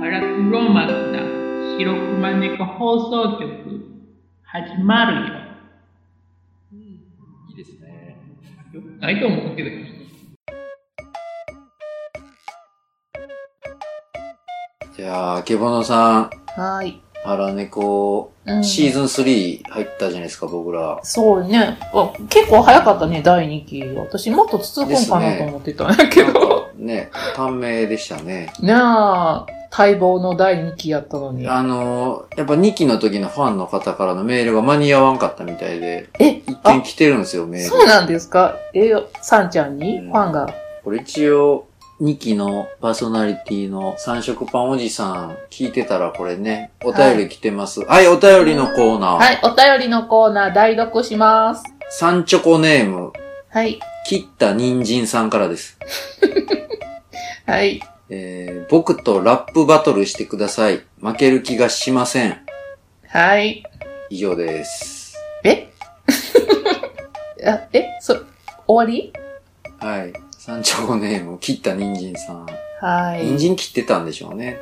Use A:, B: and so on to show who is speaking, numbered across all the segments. A: バラクロマスだ白熊猫放送局始まるよ
B: うんいいですね。
A: よくないと思うけど
C: じゃあ、あけぼのさん、
D: はい。
C: 腹猫、
D: うん
C: シーズン3入ったじゃないですか、僕ら。
D: そうね。あ結構早かったね、第2期。私もっと続くんかなと思ってたんやけ
C: なん
D: ど。
C: かね、短命でしたね。
D: ねあ、待望の第2期やったのに。
C: あのー、やっぱ2期の時のファンの方からのメールが間に合わんかったみたいで、
D: え、
C: 一見来てるんですよ、メー
D: そう
C: ル。
D: なんですかえ、さんちゃんに
C: うん
D: ファンが。
C: これ一応、2期のパーソナリティの三色パンおじさん聞いてたらこれね、お便り来てます。はい、お便りのコーナー。
D: はい、お便りのコーナー、代読します。
C: サンチョコネーム、
D: はい。
C: 切った人参さんからです。
D: はい。
C: えー、僕とラップバトルしてください。負ける気がしません。
D: はい。
C: 以上です。
D: えあえ、そ、終わり
C: はい。山頂ネーム、切った人参さん。
D: は
C: 人
D: い。
C: 参切ってたんでしょう ね。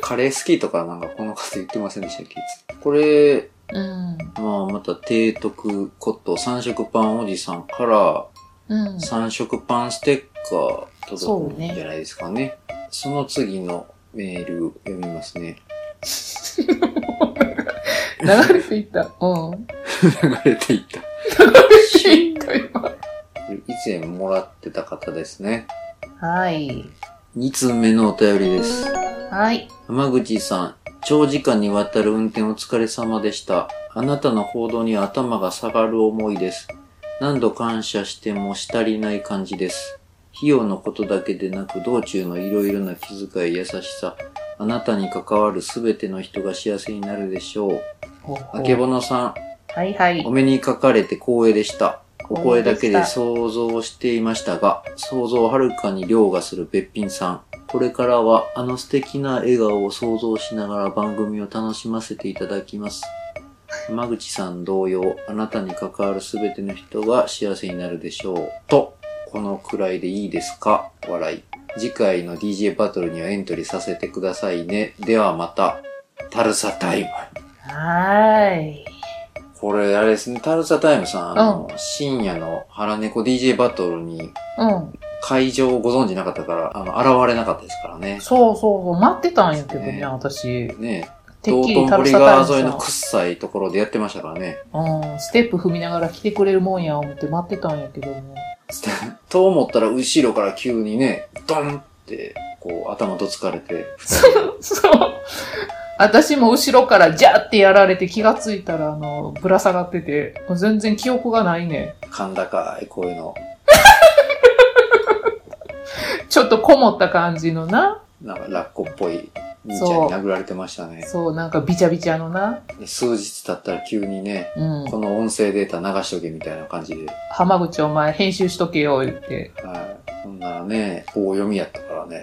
C: カレー好きとかなんかこの方言ってませんでしたっけこれ、
D: うん。
C: まあまた提督こと三色パンおじさんから
D: うん。
C: 三色パンステッカー届くんじゃないですかね。その次のメール読みますね。
D: 流れていった。うん。
C: 流れていった。
D: 流れていったよ
C: 以前もらってた方ですね。
D: はい。
C: 2通目のお便りです。
D: はい。
C: 浜口さん、長時間にわたる運転お疲れ様でした。あなたの報道に頭が下がる思いです。何度感謝してもしたりない感じです。費用のことだけでなく道中のいろいろな気遣い優しさ、あなたに関わるすべての人が幸せになるでしょう。
D: ほうほう
C: あけぼのさん、
D: はいはい
C: お。目にかかれて光栄でした。お声だけ
D: 光栄で
C: で
D: し
C: 想像していましたが、想像をはるかに凌駕するべっぴんさん。これからはあの素敵な笑顔を想像しながら番組を楽しませていただきます。浜口さん同様、あなたに関わるすべての人が幸せになるでしょう。と、このくらいでいいですか笑い。次回の DJ バトルにはエントリーさせてくださいね。ではまた、タルサタイム。
D: はーい。
C: これ、あれですね、タルサタイムさん、あの、深夜の腹猫 DJ バトルに
D: うん。
C: 会場をご存知なかったから、あの、現れなかったですからね。
D: そうそうそう。待ってたんやけどね、
C: ね
D: 私。
C: ね
D: てっき
C: 道
D: りタ
C: 頓堀
D: ルサタイ
C: 川
D: ムさ
C: 沿い
D: ん
C: の臭いところでやってましたからね。
D: うん。ステップ踏みながら来てくれるもんや思って待ってたんやけどね。
C: と思ったら、後ろから急にね、ドンって、こう、頭どつかれて、
D: そう。私も後ろからジャーってやられて気がついたら、あの、ぶら下がってて、もう全然記憶がないね。
C: 甲高い声の、
D: ちょっとこもった感じのな。
C: なんか、ラッコっぽい兄ちゃんに殴られてましたね。
D: そう、なんかびちゃびちゃのな。
C: で数日経ったら急にね、
D: うん。
C: この音声データ流しとけみたいな感じで、
D: 浜口お前編集しとけよ、言って。
C: はい。ほんならね、棒読みやったから ね。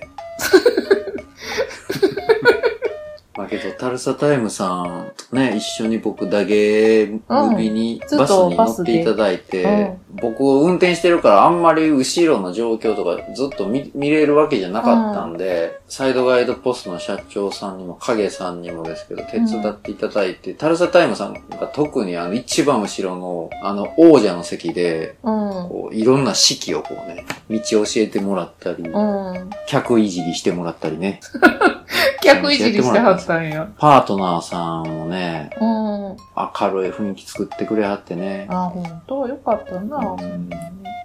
C: まあけど、タルサタイムさんとね、一緒に僕、ダゲー組に、
D: ずっ
C: バス
D: と
C: に乗
D: バ
C: っ
D: ス
C: て
D: で
C: いただいて、僕を運転してるから、あんまり後ろの状況とかずっと見見れるわけじゃなかったんで、サイドガイドポストの社長さんにも、影さんにもですけど、手伝っていただいて、タルサタイムさんが特にあの、一番後ろの、あの、王者の席で、
D: うん。
C: こう、いろんな式をこうね、道教えてもらったり、
D: うん。
C: 客いじりしてもらったりね。
D: 逆いじりしてはったんや。
C: パートナーさんもね、
D: うん。
C: 明るい雰囲気作ってくれはってね。
D: あ、ほんと、よかったな。
C: うん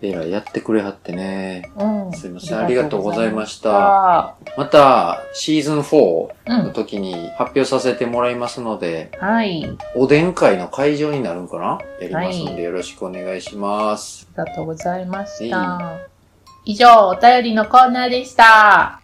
C: えらいやってくれはってね。
D: うん。
C: すいません、ありがとうございま
D: し
C: した。。また、シーズン4
D: う
C: の
D: ん。
C: 時に発表させてもらいますので、
D: はい。
C: おでん会の会場になるんかなやりますん
D: は
C: で、
D: い
C: よろしくお願いします。
D: ありがとうございました。以上、お便りのコーナーでした。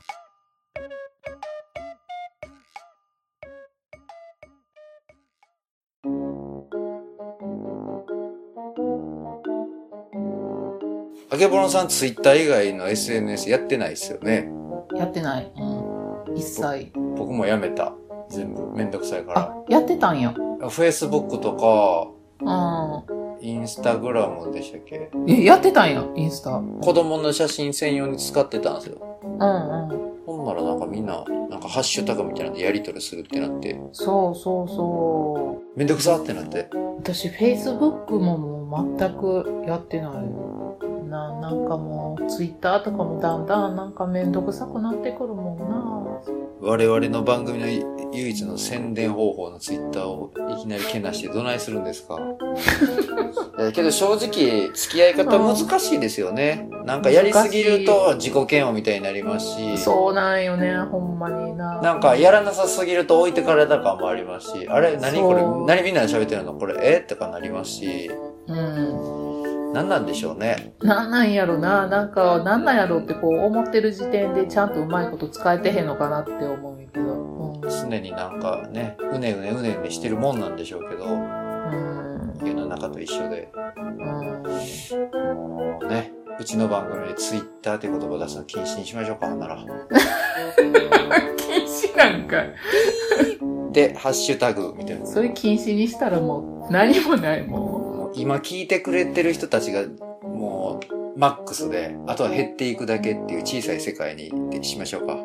C: あけぼのさん、ツイッター以外の SNS やってないですよね。
D: やってない。うん。一切。
C: 僕もやめた。全部めんどくさいか
D: あ、やってたんや。
C: ら。フェイスブックとか、
D: う
C: インスタグラムでしたっけ
D: ん。え、やってたんや、インスタ。うん
C: 子供の写真専用に使ってたんですよ。
D: うん。
C: ほんならなんかみんな、なんかハッシュタグみたいなんでやり取りするってなって、
D: そうそうそ
C: めんどくさってなって。
D: う。私、Facebook ももう全くやってないよ。な、なんかもう、Twitter とかもだんだんなんかめんどくさくなってくるもんな。
C: 我々の番組のい唯一の宣伝方法のツイッターをいきなりけなしてどないするんですかいやけど正直付き合い方難しいですよね。なんかやりすぎると自己嫌悪みたいになりますし。
D: そうなんよね、ほんまにな。
C: なんかやらなさすぎると置いてかれた感もありますし、あれ何これ
D: そう
C: 何みんなで喋ってるのこれえとかなりますし、
D: うん。
C: 何なんでしょうね。
D: なんなんやろな、なんか、なんなんやろってこう思ってる時点でちゃんとうまいこと使えてへんのかなって思うんやけど。うん。
C: 常になんかね、うねうねうねうねしてるもんなんでしょうけど、
D: うん。
C: 世の中と一緒で。
D: うん
C: もうね、うちの番組でツイッターって言葉を出すの禁止にしましょうか、ほんなら。
D: 禁止なんか
C: で、ハッシュタグみたいな。
D: それ禁止にしたらもう何もないも
C: もう今聞いてくれてる人たちが、もう、マックスで、あとは減っていくだけっていう小さい世界にしましょう か。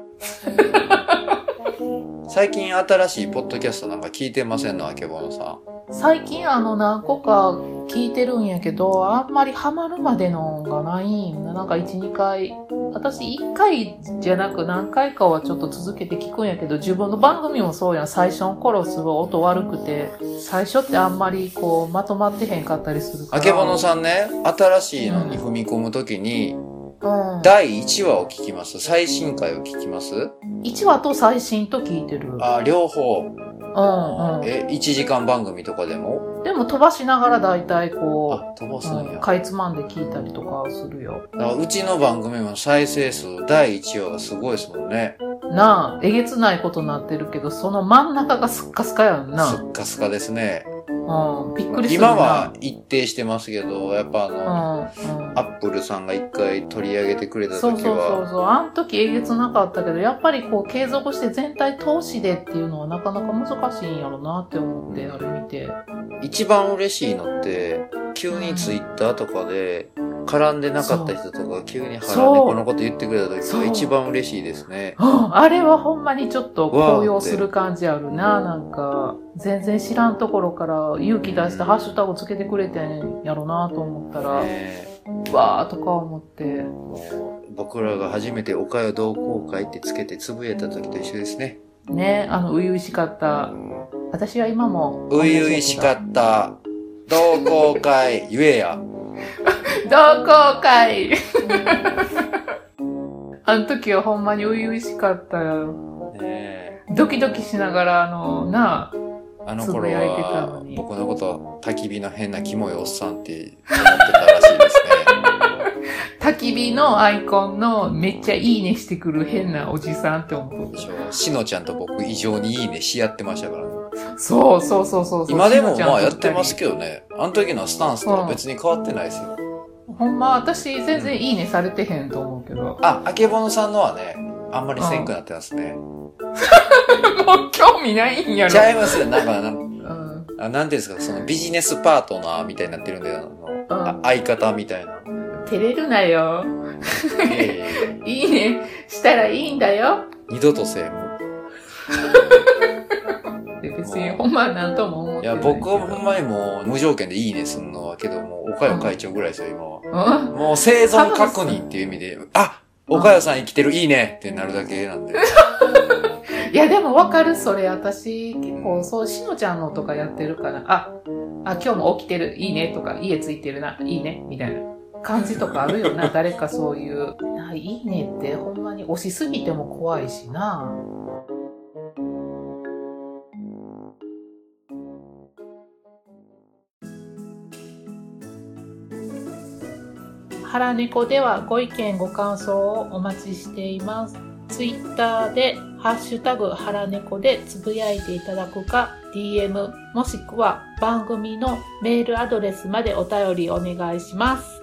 C: 最近新しいポッドキャストなんか聞いてませんのあけぼのさ
D: う最近あの何個か聞いてるんやけどあんまりハマるまでのがないんだなんか12回私1回じゃなく何回かはちょっと続けて聞くんやけど自分の番組もそうやん最初の頃すごい音悪くて最初ってあんまりこうまとまってへんかったりする
C: ん。
D: か
C: あ
D: ら
C: けぼのさんね、新しいのに踏み込むときに、
D: うん、
C: 第1話を聞きます。最新回を聞きます。
D: 1話と最新と聞いてるうん
C: あ、両方。
D: うん
C: え、1時間番組とかでも
D: でも飛ばしながら大体こう
C: あ、飛ばすんや。
D: かいつまんで聞いたりとかするよ。
C: だからうちの番組も再生数第1話がすごいですもんね。
D: なあ、えげつないことになってるけど、その真ん中がすっかすかやん
C: す
D: な。
C: っかすかですね。
D: うん、びっくりするな。
C: 今は一定してますけど、やっぱあ
D: う
C: の、
D: ん、うん。
C: アップルさんが一回取り上げてくれた時は、
D: そうそうそうそう。あの時えげつなかったけど、やっぱりこう継続して全体通しでっていうのはなかなか難しいんやろなって思って、あれ見て。
C: 一番嬉しいのって、急にツイッターとかで、絡んでなかった人とか、急に腹猫のこと言ってくれた時
D: そう
C: が一番嬉しいですね。
D: うんあれはほんまにちょっと高揚する感じあるな。なんか、全然知らんところから勇気出してハッシュタグつけてくれてんやろなと思ったら、
C: ねえ
D: わーとか思って。
C: もう僕らが初めておかよ同好会ってつけてつぶやいた時と一緒ですね。
D: ね、あの、初々しかった。私は今も。
C: ういういしかった。同好会、言えや。
D: た。同好会 あの時はほんまに初々しかったよ。
C: ねえ
D: ドキドキしながら、あの、なあ、
C: あの頃
D: つぶやいてたの
C: は
D: に
C: 僕のこと焚き火の変なキモいおっさんって思ってたらしいです
D: 焚き火のアイコンのめっちゃいいねしてくる変なおじさんって思
C: ね
D: っ
C: でしょ。しのちゃんと僕異常にいいねし合ってましたから、
D: た。そうそうそうそうそう。
C: 今でも
D: しのちゃんと
C: まあや
D: 二人
C: ってますけどね。あの時のスタンスとは別に変わってないですよ。
D: ほんま私全然いいねされてへんと思うけど。
C: あ、あけぼのさんのはね、あんまりせんくなってますね。
D: もう 興味ないんや
C: ちゃ
D: ろ。
C: いますよ。なんか、なん
D: うん。
C: あなんていうんですか、そのビジネスパートナーみたいになってるんだよ。あのあ相方みたいな。
D: 照れるなよ。
C: いやいやいや
D: いいねしたらいいんだよ。
C: 二度とせえ、もう
D: で別にほんまなんとも思っ
C: い
D: てな
C: や、
D: いけど。
C: 僕はほんまにもう無条件でいいねすんのはけども、岡山会長ぐらいですよ、今は。
D: うん
C: もう生存確認っていう意味で、あ岡山さん生きてるいいねってなるだけなんで。
D: いやでもわかるそれ私結構そうしのちゃんのとかやってるからああ今日も起きてるいいねとか家ついてるないいねみたいな感じとかあるよな誰かそういうないいねってほんまに押しすぎても怖いしな腹猫ではご意見ご感想をお待ちしていますツイッターで、ハッシュタグ、ハラネコでつぶやいていただくか、DM、もしくは番組のメールアドレスまでお便りお願いします。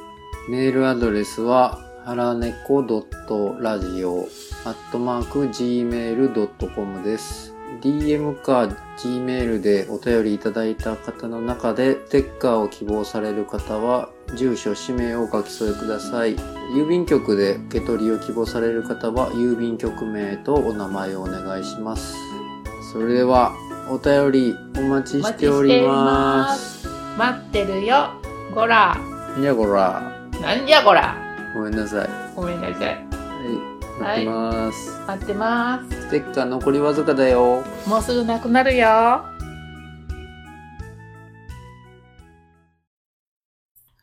C: メールアドレスは、はらねこ .radio、アットマーク gmail.com です。 DM か Gmail でお便りいただいた方の中で、ステッカーを希望される方は、住所、氏名をお書き添えください。郵便局で受け取りを希望される方は、郵便局名とお名前をお願いします。それでは、お便りお待ちしております。
D: 待ってるよゴラ
C: にゃごら、
D: なんじゃゴラ
C: ごめんなさい。
D: ごめんなさい
C: はい、待ってます。
D: 待ってま
C: ステッカー残りわずかだよ。
D: すもうすぐなくなるよ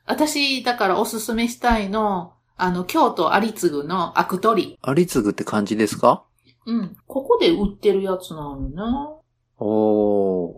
D: 私だからおすすめしたいのあの京都有次のアクトリ
C: 有りって感じですか
D: うんここで売ってるやつなのよな
C: おー。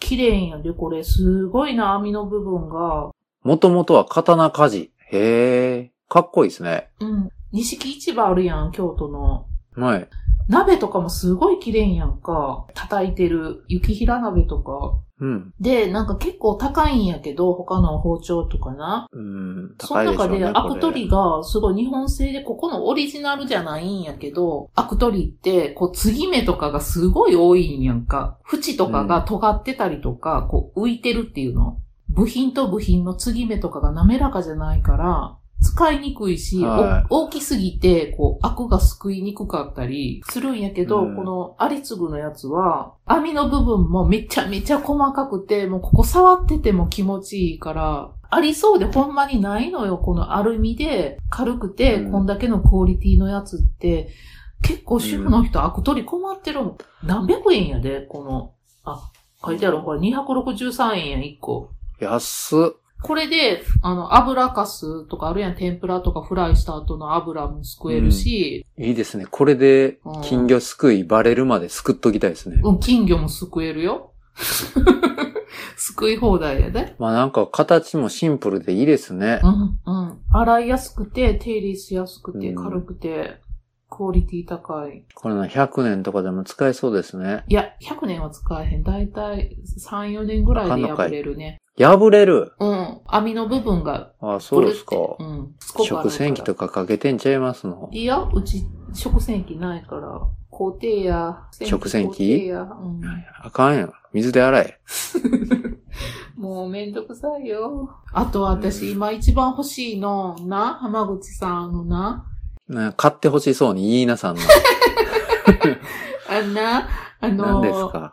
D: 綺麗やで、これ。すごいな、網の部分が。
C: もともとは刀鍛冶。へえ、かっこいいですね。
D: うん。錦市場あるやん、京都の。
C: はい。
D: 鍋とかもすごい綺麗やんか。叩いてる。雪平鍋とか。
C: うん。
D: で、なんか結構高いんやけど、他の包丁とかな。
C: うん。
D: その
C: 高いでしょ
D: 中
C: うね。
D: で、アクト
C: こ
D: リがすごい日本製で、ここのオリジナルじゃないんやけど、アクトリって、こう、継ぎ目とかがすごい多いんやんか。縁とかが尖ってたりとか、こう、浮いてるっていうの。部品と部品の継ぎ目とかが滑らかじゃないから、使いにくいし、
C: は
D: お大きすぎて、こう、アクがすくいにくかったりするんやけど、
C: うん
D: このアリツグのやつは、網の部分もめちゃめちゃ細かくて、もうここ触ってても気持ちいいから、ありそうでほんまにないのよ、このアルミで軽くて、
C: うん
D: こんだけのクオリティのやつって、結構主婦の人、アク取り困ってるもん。何百円やで、この、あ、書いてあるこれ263円や、1個。
C: れ安っ。
D: これで、あの、油かすとかあるやん、天ぷらとかフライした後の油もすくえるし、
C: いいですね。これで
D: うん、
C: 金魚すくいバレるまですくっときたいですね。
D: うん、金魚もすくえるよ。 すくい放題やで。
C: まあなんか形もシンプルでいいですね
D: う。ん、うん。洗いやすくて、手入れしやすくて、
C: うん
D: 軽くて、クオリティ高い。
C: これな、100年とかでも使えそうですね。
D: いや、100年は使えへん。だいたい3、4年ぐらいで破れるね。
C: 破れる。
D: うん。網の部分が、
C: あ、そうですか。
D: うん。スコ
C: 食洗機と
D: か
C: かかけてんちゃいますの
D: ら。いや、うち、食洗機ないから、工程や。
C: 食洗機
D: 工程や。うん。
C: あかんやん。水で洗え。
D: もうめんどくさいよ。あと私、今一番欲しいの、な、浜口さんのな、
C: な買ってほしそうに言いなさんの。
D: あんな、あ
C: 何
D: の
C: ですか